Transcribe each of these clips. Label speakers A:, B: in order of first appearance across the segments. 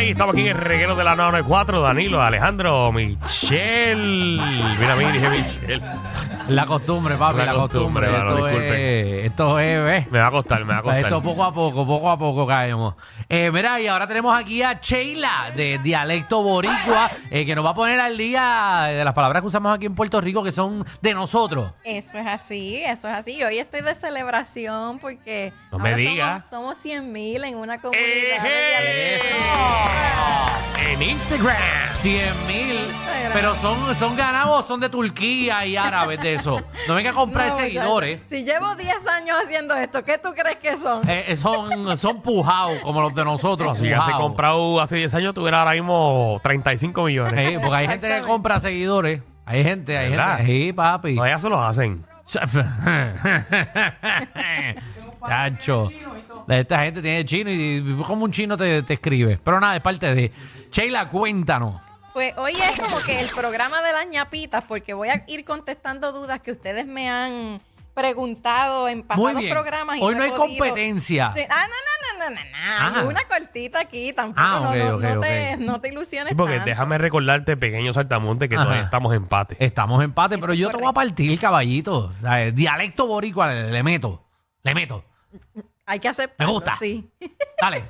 A: ahí. Estamos aquí en el reguero de la 994. Danilo, Alejandro, Michelle. Mira, a mí dije Michelle.
B: La costumbre, papi,
A: La
B: la,
A: costumbre,
B: costumbre.
A: mano,
B: esto,
A: disculpe.
B: es, esto es, ¿ves?
A: Me va a costar, me va a costar.
B: Esto poco a poco, poco a poco caemos. Eh, mira, y ahora tenemos aquí a Sheila de Dialecto Boricua, eh, que nos va a poner al día de las palabras que usamos aquí en Puerto Rico, que son de nosotros.
C: Eso es así, eso es así. Y Hoy estoy de celebración porque
A: No me
C: ahora
A: diga.
C: somos, 100 mil en una comunidad. de
A: Eje.
C: dialectos.
A: Eh, En Instagram.
B: 100 mil. Pero son, son ganados, son de Turquía y árabes de eso. No venga a comprar
C: No,
B: seguidores.
C: muchacho, Si llevo 10 años haciendo esto, ¿qué tú crees que son?
B: Eh, eh, son son pujados, como los de nosotros.
A: Si hace
B: pujados.
A: comprado hace 10 años, tuviera ahora mismo 35 millones.
B: Eh, porque hay gente que
C: Exactamente.
B: compra seguidores. Hay gente, hay
A: ¿Verdad?
B: gente. Sí, papi.
A: No, ya se los hacen.
B: Chacho. Esta gente tiene chino y como un chino te, te escribe. Pero nada, es parte de. Sheila, cuéntanos.
C: Pues hoy es como que el programa de las ñapitas, porque voy a ir contestando dudas que ustedes me han preguntado en pasados
B: Muy bien.
C: programas. y
B: Hoy no
C: he
B: hay
C: podido.
B: competencia.
C: Sí. Ah, no, no, no, no, no,
B: Ah.
C: Una cortita aquí, tampoco.
B: Ah, ok,
C: no, no,
B: ok,
C: no
B: ok.
C: Te, no te ilusiones
A: Porque
C: tanto.
A: déjame recordarte, pequeño saltamonte, que
B: Ajá.
A: todavía estamos empate.
B: Estamos en empate,
C: Eso
B: pero
C: es
B: yo te voy a partir, caballito. O sea, el dialecto boricua le, le meto. Le meto.
C: Hay que aceptarlo.
B: gusta.
C: Sí.
B: Dale.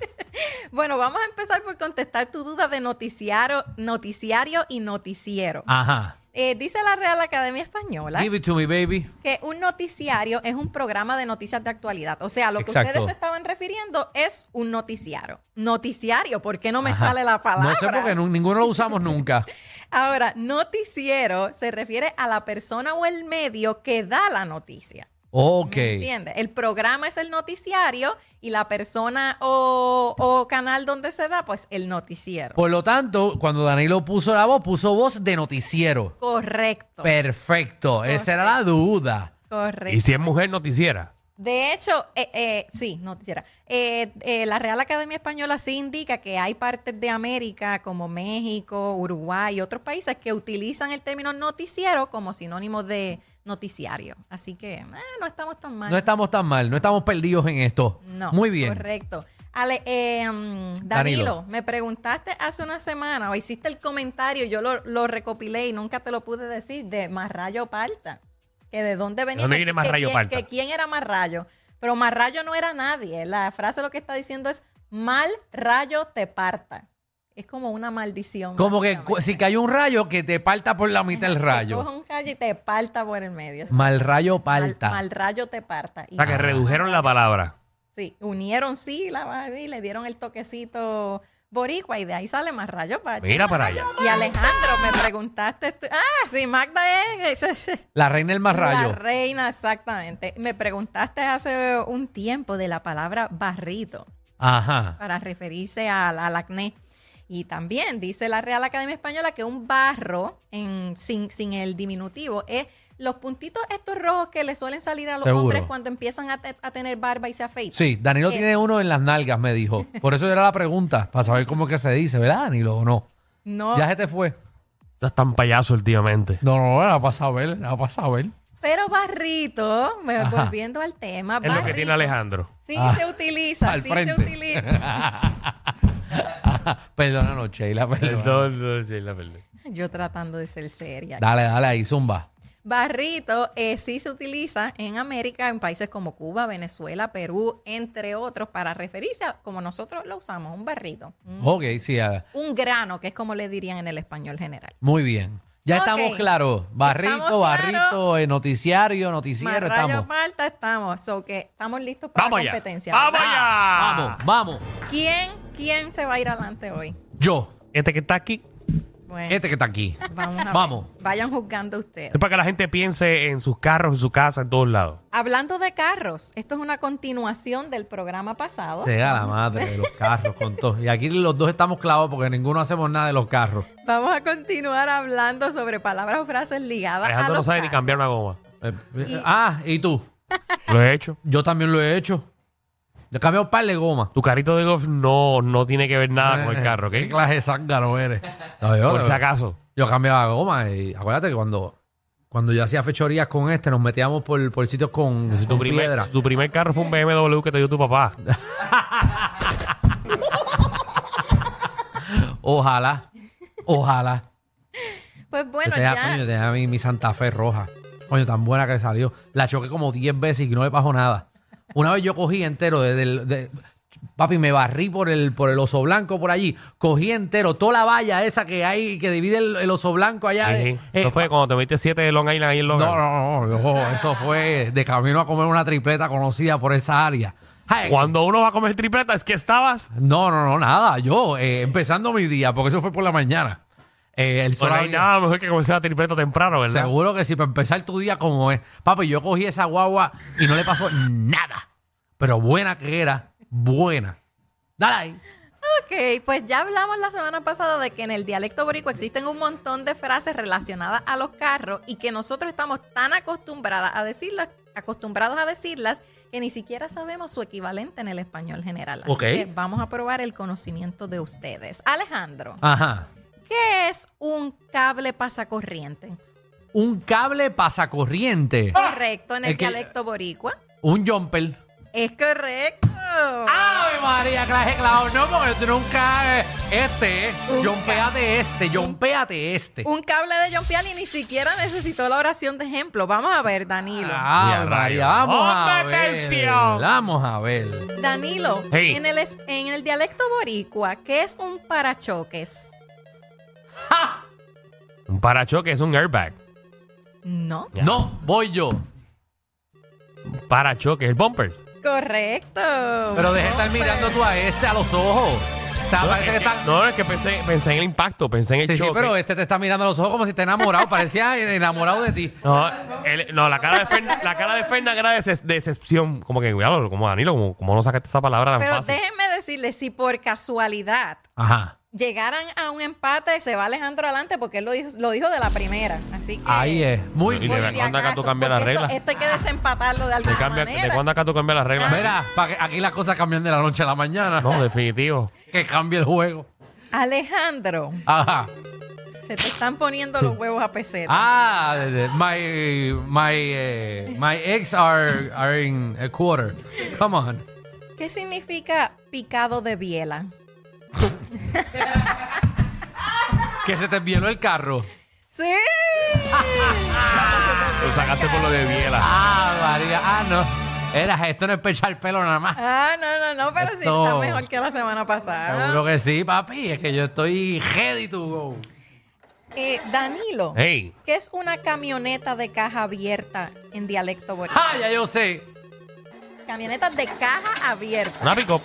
C: Bueno, vamos a empezar por contestar tu duda de noticiario, noticiario y noticiero.
B: Ajá.
C: Eh, dice la Real Academia Española
B: Give it to me, baby.
C: que un noticiario es un programa de noticias de actualidad. O sea, lo que
B: Exacto.
C: ustedes estaban refiriendo es un noticiario. Noticiario, ¿por qué no me
B: Ajá.
C: sale la palabra?
B: No sé por qué nu- ninguno lo usamos nunca.
C: Ahora, noticiero se refiere a la persona o el medio que da la noticia.
B: Ok.
C: ¿Me entiendes? El programa es el noticiario y la persona o, o canal donde se da, pues el noticiero.
B: Por lo tanto, cuando Danilo puso la voz, puso voz de noticiero.
C: Correcto.
B: Perfecto. Esa era la duda.
C: Correcto.
A: Y si es mujer, noticiera.
C: De hecho, eh, eh, sí, no quisiera. Eh, eh, la Real Academia Española sí indica que hay partes de América, como México, Uruguay y otros países, que utilizan el término noticiero como sinónimo de noticiario. Así que eh, no estamos tan mal.
B: No estamos tan mal, no estamos perdidos en esto.
C: No,
B: Muy bien.
C: Correcto. Ale, eh, mm, Danilo,
B: Danilo.
C: me preguntaste hace una semana o hiciste el comentario, yo lo, lo recopilé y nunca te lo pude decir, de Marrayo Parta. Que de dónde venía.
A: dónde
C: que-
A: viene
C: que
A: Marrayo
C: quién-
A: Parta?
C: Que quién era Marrayo. Pero Marrayo no era nadie. La frase lo que está diciendo es: mal rayo te parta. Es como una maldición.
B: Como que cu- si
C: básicamente.
B: cae un rayo, que te parta por la mitad el
C: Te
B: rayo.
C: coge un rayo y te parta por el medio. sí.
B: Mal rayo
C: Mal-
B: parta.
C: Mal, rayo te parta.
A: O
C: Y
A: sea, que
C: ya.
A: redujeron la palabra.
C: Sí, unieron sílabas y le dieron el toquecito boricua y de ahí sale más rayo para
A: Mira para allá.
C: Y Alejandro, me preguntaste, tú- ah, sí, Magda es, es- es-
B: La reina del más
C: la
B: rayo.
C: reina, exactamente. Me preguntaste hace un tiempo de la palabra barrito
B: Ajá.
C: para referirse al, al acné. Y también dice la Real Academia Española que un barro, en- sin, sin el diminutivo, es los puntitos estos rojos que le suelen salir a los
B: Seguro.
C: hombres cuando empiezan a, te- a tener barba y se afeitan.
B: Sí, Danilo
C: Eso.
B: tiene uno en las nalgas, me dijo. Por eso era la pregunta, para saber cómo es que se dice, ¿verdad, Danilo? O no.
C: No,
B: Ya se te fue.
A: Estás tan payaso últimamente.
B: No, no, no, era para saber, era para saber.
C: Pero barrito, me-
B: Ajá.
C: volviendo al tema,
A: Es lo que tiene Alejandro.
C: Sí
B: Ah,
C: se utiliza,
B: al
C: sí
B: frente.
C: se utiliza.
B: Perdónanos, Sheila, perdón.
A: Entonces, sí, la verdad.
C: Yo tratando de ser seria.
B: Dale, dale ahí, zumba.
C: Barrito eh, sí se utiliza en América, en países como Cuba, Venezuela, Perú, entre otros, para referirse a como nosotros lo usamos, un barrito. Un-
B: Ok, sí, ah,
C: Un grano, que es como le dirían en el español general.
B: muy bien. Ya
C: Ok.
B: estamos claros. Barrito,
C: Estamos
B: barrito,
C: claros.
B: eh, noticiario, noticiero,
C: Más rayo
B: estamos.
C: Malta estamos, so que estamos listos para
A: Vamos
C: la
A: allá.
C: competencia.
A: Vamos
C: ¿verdad?
A: allá.
B: Vamos, Ah, vamos.
C: ¿Quién, ¿Quién se va a ir adelante hoy?
B: Yo,
A: Este que está aquí
C: Bueno,
B: este que está aquí.
C: vamos a ver.
B: Vamos.
C: Vayan juzgando ustedes.
A: es para que la gente piense en sus carros, en su casa, en todos lados.
C: Hablando de carros, esto es una continuación del programa pasado.
B: Sea la madre de los carros con todo. Y aquí los dos estamos clavos porque ninguno hacemos nada de los carros.
C: Vamos a continuar hablando sobre palabras o frases ligadas a
A: Alejandro no
C: los
A: sabe ni
C: carros.
A: cambiar una goma.
B: Eh, eh,
C: Y-
B: Ah, ¿y tú?
A: Lo he hecho.
B: Yo también lo he hecho. Yo he cambiado un par de gomas.
A: Tu carrito de golf no, no tiene que ver
B: Eh,
A: nada con el carro, ¿ok?
B: ¿Qué clase de zángano eres? No, yo,
A: Por si acaso.
B: yo cambiaba goma y acuérdate que cuando, cuando yo hacía fechorías con este nos metíamos por, por sitios con,
A: Tu
B: con
A: primer,
B: piedra.
A: tu primer carro fue un BMW que te dio tu papá.
B: Ojalá. Ojalá.
C: Pues bueno,
A: Este
B: yo tenía,
C: ya.
B: coño, yo tenía mi, mi Santa Fe roja. Coño, tan buena que salió. La choqué como 10 veces y no me pasó nada. Una vez yo cogí entero desde el- de- Papi, me barrí por el, por el oso blanco por allí. Cogí entero toda la valla esa que hay, que divide el, el oso blanco allá.
A: Sí, sí.
B: eh, eh,
A: Eso fue cuando te metiste siete de Long Island ahí en Long
B: no, no, no, no, Eso fue de camino a comer una tripleta conocida por esa área. Ay,
A: Cuando uno va a comer tripleta, es que estabas.
B: no, no, no, nada. Yo, eh, empezando mi día, porque eso fue por la mañana. Eh, el sol
A: Bueno, hay
B: había-
A: nada mejor que comerse la tripleta temprano, ¿verdad?
B: Seguro que sí, para empezar tu día como es. Papi, yo cogí esa guagua y no le pasó nada. Pero buena que era, buena. Dale ahí.
C: Ok, pues ya hablamos la semana pasada de que en el dialecto boricua existen un montón de frases relacionadas a los carros y que nosotros estamos tan acostumbradas a decirlas, acostumbrados a decirlas, que ni siquiera sabemos su equivalente en el español general. Así
B: Ok.
C: que vamos a probar el conocimiento de ustedes. Alejandro,
A: Ah.
B: Ajá.
C: ¿qué es un cable pasacorriente?
B: Un cable pasacorriente.
C: Correcto, en el,
B: El que-
C: dialecto boricua.
B: Un jumper.
C: Es correcto.
B: ¡Ay, María, que la he clavado! No, porque tú nunca... eh, Este, eh.
C: Un
B: Jumpeate este, jumpeate este.
C: Un cable de John Piali ni siquiera necesitó la oración de ejemplo. Vamos a ver, Danilo.
A: Ya,
B: ¡Ay,
A: rayos.
B: María, vamos a
A: ¡Ponme
B: ver!
A: atención!
B: Vamos a ver.
C: Danilo,
A: Hey.
C: en, el, es- en el dialecto boricua, ¿qué es un parachoques?
A: Un parachoque es un airbag.
C: No.
A: Ya.
B: No, voy yo.
A: Un Parachoque, el bumper.
C: Correcto.
B: Pero deja de estar
C: Hombre.
B: mirando tú a este a los ojos. Está-
A: No,
B: parece
A: es
B: que
A: que,
B: está...
A: no, es que pensé, pensé en el impacto, pensé en el
B: Sí, sí,
A: choque.
B: pero este te está mirando a los ojos como si te enamorado. Parecía enamorado de ti.
A: No, él- no, la cara de Fernan, la cara de Fernan era de des- decepción. Como que, cuidado, como Danilo, como, como no sacaste esa palabra tan
C: Pero
A: fácil.
C: déjenme decirles, si por casualidad
B: Ajá.
C: llegaran a un empate, se va Alejandro adelante porque él lo dijo, lo dijo de la primera. Así que...
B: Ahí es. Muy
A: Y de
C: por
B: muy-
A: verdad.
C: si
A: cuándo acá tú
C: acaso,
A: cambias la
C: porque esto-
A: regla?
C: Esto, hay que desempatarlo de alguna
A: ¿De, cambia-
C: manera.
A: ¿De cuándo acá tú cambias las reglas?
B: Mira, pa' que aquí las cosas cambian de la noche a la mañana.
A: No, definitivo.
B: Que cambie el juego.
C: Alejandro,
B: Ajá.
C: se te están poniendo los huevos a peseta.
B: Ah, de- de- my, my, eh, my eggs are, are in a quarter. Come on.
C: ¿Qué significa picado de biela?
B: Que se te envió el carro.
C: ¡Sí!
A: Lo sacaste por lo de Biela.
B: Ah, María. Ah, no. Era, esto no es pechar pelo nada más.
C: Ah, no, no, no, pero sí
B: Esto-
C: está mejor que la semana pasada.
B: Seguro que sí, papi. Es que yo estoy ready to go.
C: Eh, Danilo,
A: Hey,
C: ¿qué es una camioneta de caja abierta en dialecto boricua?
B: ¡Ah, ya yo sé!
C: Camioneta de caja abierta.
A: una pick-up.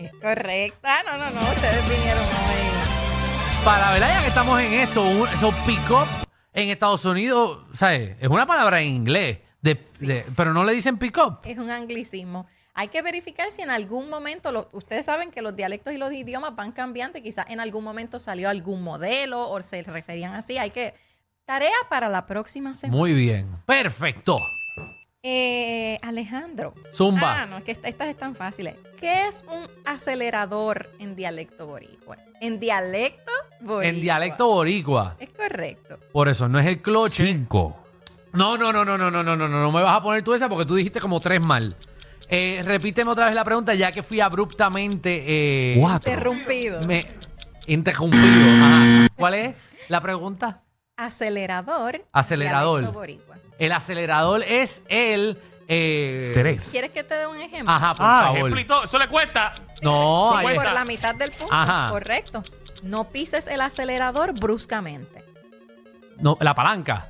C: Es correcta. No, no, no, ustedes vinieron hoy.
B: Para la verdad, ya que estamos en esto, un, eso, pick up en Estados Unidos, ¿sabes? Es una palabra en inglés, de- de- pero no le dicen pick up.
C: Es un anglicismo. Hay que verificar si en algún momento, lo- ustedes saben que los dialectos y los idiomas van cambiando y quizás en algún momento salió algún modelo o se referían así. Hay que... Tarea para la próxima semana.
B: Muy bien, perfecto.
C: Eh, Alejandro.
B: Zumba.
C: Ah, no, es que est- estas están fáciles. ¿Qué es un acelerador en dialecto boricua? En dialecto boricua.
B: En dialecto boricua.
C: Es correcto.
B: Por eso, no es el cloche. Cinco. No, no, no, no, no, no, no, no, no, no me vas a poner tú esa porque tú dijiste como tres mal. Eh, repíteme otra vez la pregunta ya que fui abruptamente... eh,
C: Interrumpido.
B: me- interrumpido. Ajá. ¿Cuál es la pregunta?
C: Acelerador. en
B: Acelerador.
C: dialecto boricua.
B: El acelerador es el. Eh,
A: Tres.
C: ¿Quieres que te dé un ejemplo?
B: Ajá, por
A: Ah,
B: favor.
A: ejemplo y todo. Eso le cuesta.
B: No,
C: Sí,
B: Oh, ahí
C: por
B: está.
C: la mitad del punto.
B: Ajá.
C: Correcto. No pises el acelerador bruscamente.
B: No, la palanca.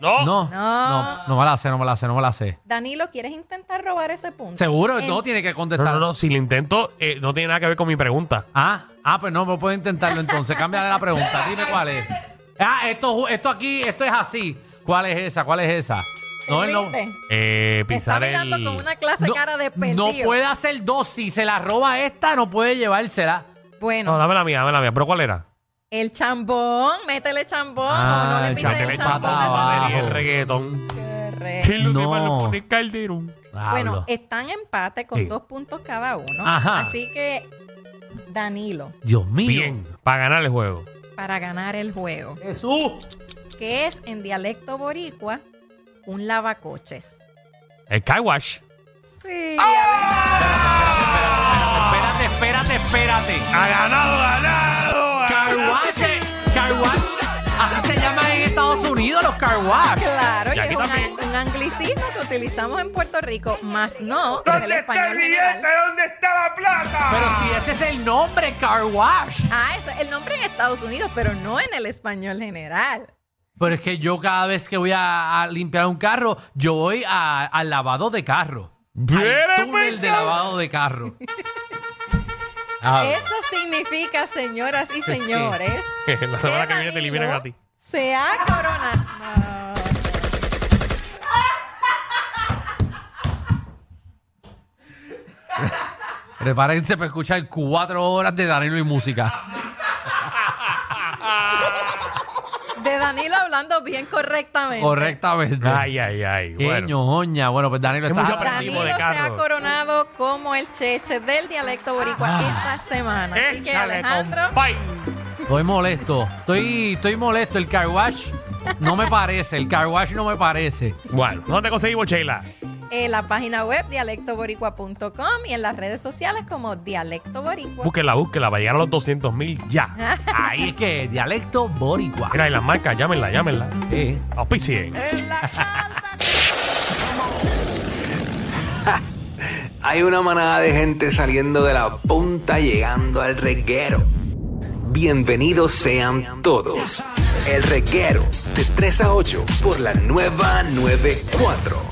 A: No.
B: No, no,
C: No.
B: no, me la sé, no me la sé, no me la sé.
C: Danilo, ¿quieres intentar robar ese punto?
B: Seguro,
C: En-
B: no tiene que
A: No,
B: contestar.
A: no, no, si lo intento, eh, no tiene nada que ver con mi pregunta.
B: Ah, ah, pues no, me puedo intentarlo entonces. Cámbiale la pregunta, dime cuál es. Ah, esto, ju- esto aquí, esto es así. ¿Cuál es esa? ¿Cuál es esa?
C: ¿Te
B: No, él no.
C: rindes?
A: Eh,
C: Me está
A: pisar
C: mirando
A: el...
C: con una clase
B: No,
C: cara de
B: no
C: perdido.
B: puede hacer dos. Si se la roba esta, no puede llevársela.
C: Bueno,
A: No, dame la mía, dame la mía. ¿Pero cuál era?
C: El chambón, métele chambón o no le
B: Ah,
C: pises
B: métele
C: el chambón.
B: chambón,
C: a
A: Y
B: abajo.
A: el reggaetón.
C: esa- Correcto.
A: Que lo
B: No.
A: demás lo pone Calderón.
C: Bueno, eh.
B: Diablo.
C: están empate con
A: Sí.
C: dos puntos cada uno.
B: Ajá.
C: Así que, Danilo,
B: Dios mío.
A: Bien, para ganar el juego.
C: para ganar el juego,
B: Jesús.
C: que es en dialecto boricua un lavacoches.
A: El car wash.
B: ¡Oh!
C: Sí.
B: Espérate,
D: espérate, espérate.
A: ¡Ha ganado, ganado!
D: Carwash, carwash. Así se llama en Estados Unidos los carwash.
C: Claro,
A: Y
C: y,
A: aquí
C: es un,
A: también.
C: an- un anglicismo que utilizamos en Puerto Rico, más no en el
A: ¿Dónde está el
C: español
A: billete?
C: general.
A: ¿Dónde está la plata?
D: Pero si ese es el nombre, carwash.
C: Ah, eso es el nombre en Estados Unidos, pero no en el español general.
B: Pero es que yo cada vez que voy a, a limpiar un carro, yo voy a- al lavado de carro.
A: Viene,
B: Al túnel de
A: venga.
B: lavado de carro.
A: Ah.
B: A ver.
C: Eso significa, señoras y
B: que-
C: señores,
A: La semana que viene te eliminan
C: Danilo
A: a ti.
C: Se ha coronado.
B: Prepárense para escuchar cuatro horas de Danilo y música.
C: De Danilo hablando bien correctamente.
B: Correctamente.
A: Ay, ay, ay.
B: Qué
A: Bueno.
B: ñoña. Bueno, pues Danilo
A: Es
B: estás
A: mucho
B: atrás.
A: aprendimos
C: Danilo
A: de
C: se ha
A: carro.
C: coronado como el cheche del dialecto boricua
B: Ah.
C: esta semana. Así que
A: Échale,
C: Alejandro,
A: compay.
B: Estoy molesto. Estoy, estoy molesto. El car wash no me parece. El car wash no me parece.
A: Bueno, ¿dónde conseguimos, Sheila?
C: en la página web dialectoboricua.com y en las redes sociales como Dialecto Boricua.
A: Búsquenla, búsquenla para llegar a los 200 mil ya.
B: Ahí es que dialecto boricua.
A: Mira, y las marcas, llámenla, llámenla.
B: Eh.
A: Auspicien.
E: Hay una manada de gente saliendo de la punta llegando al reguero. Bienvenidos sean todos. El reguero de 3 a 8 por la nueva 94.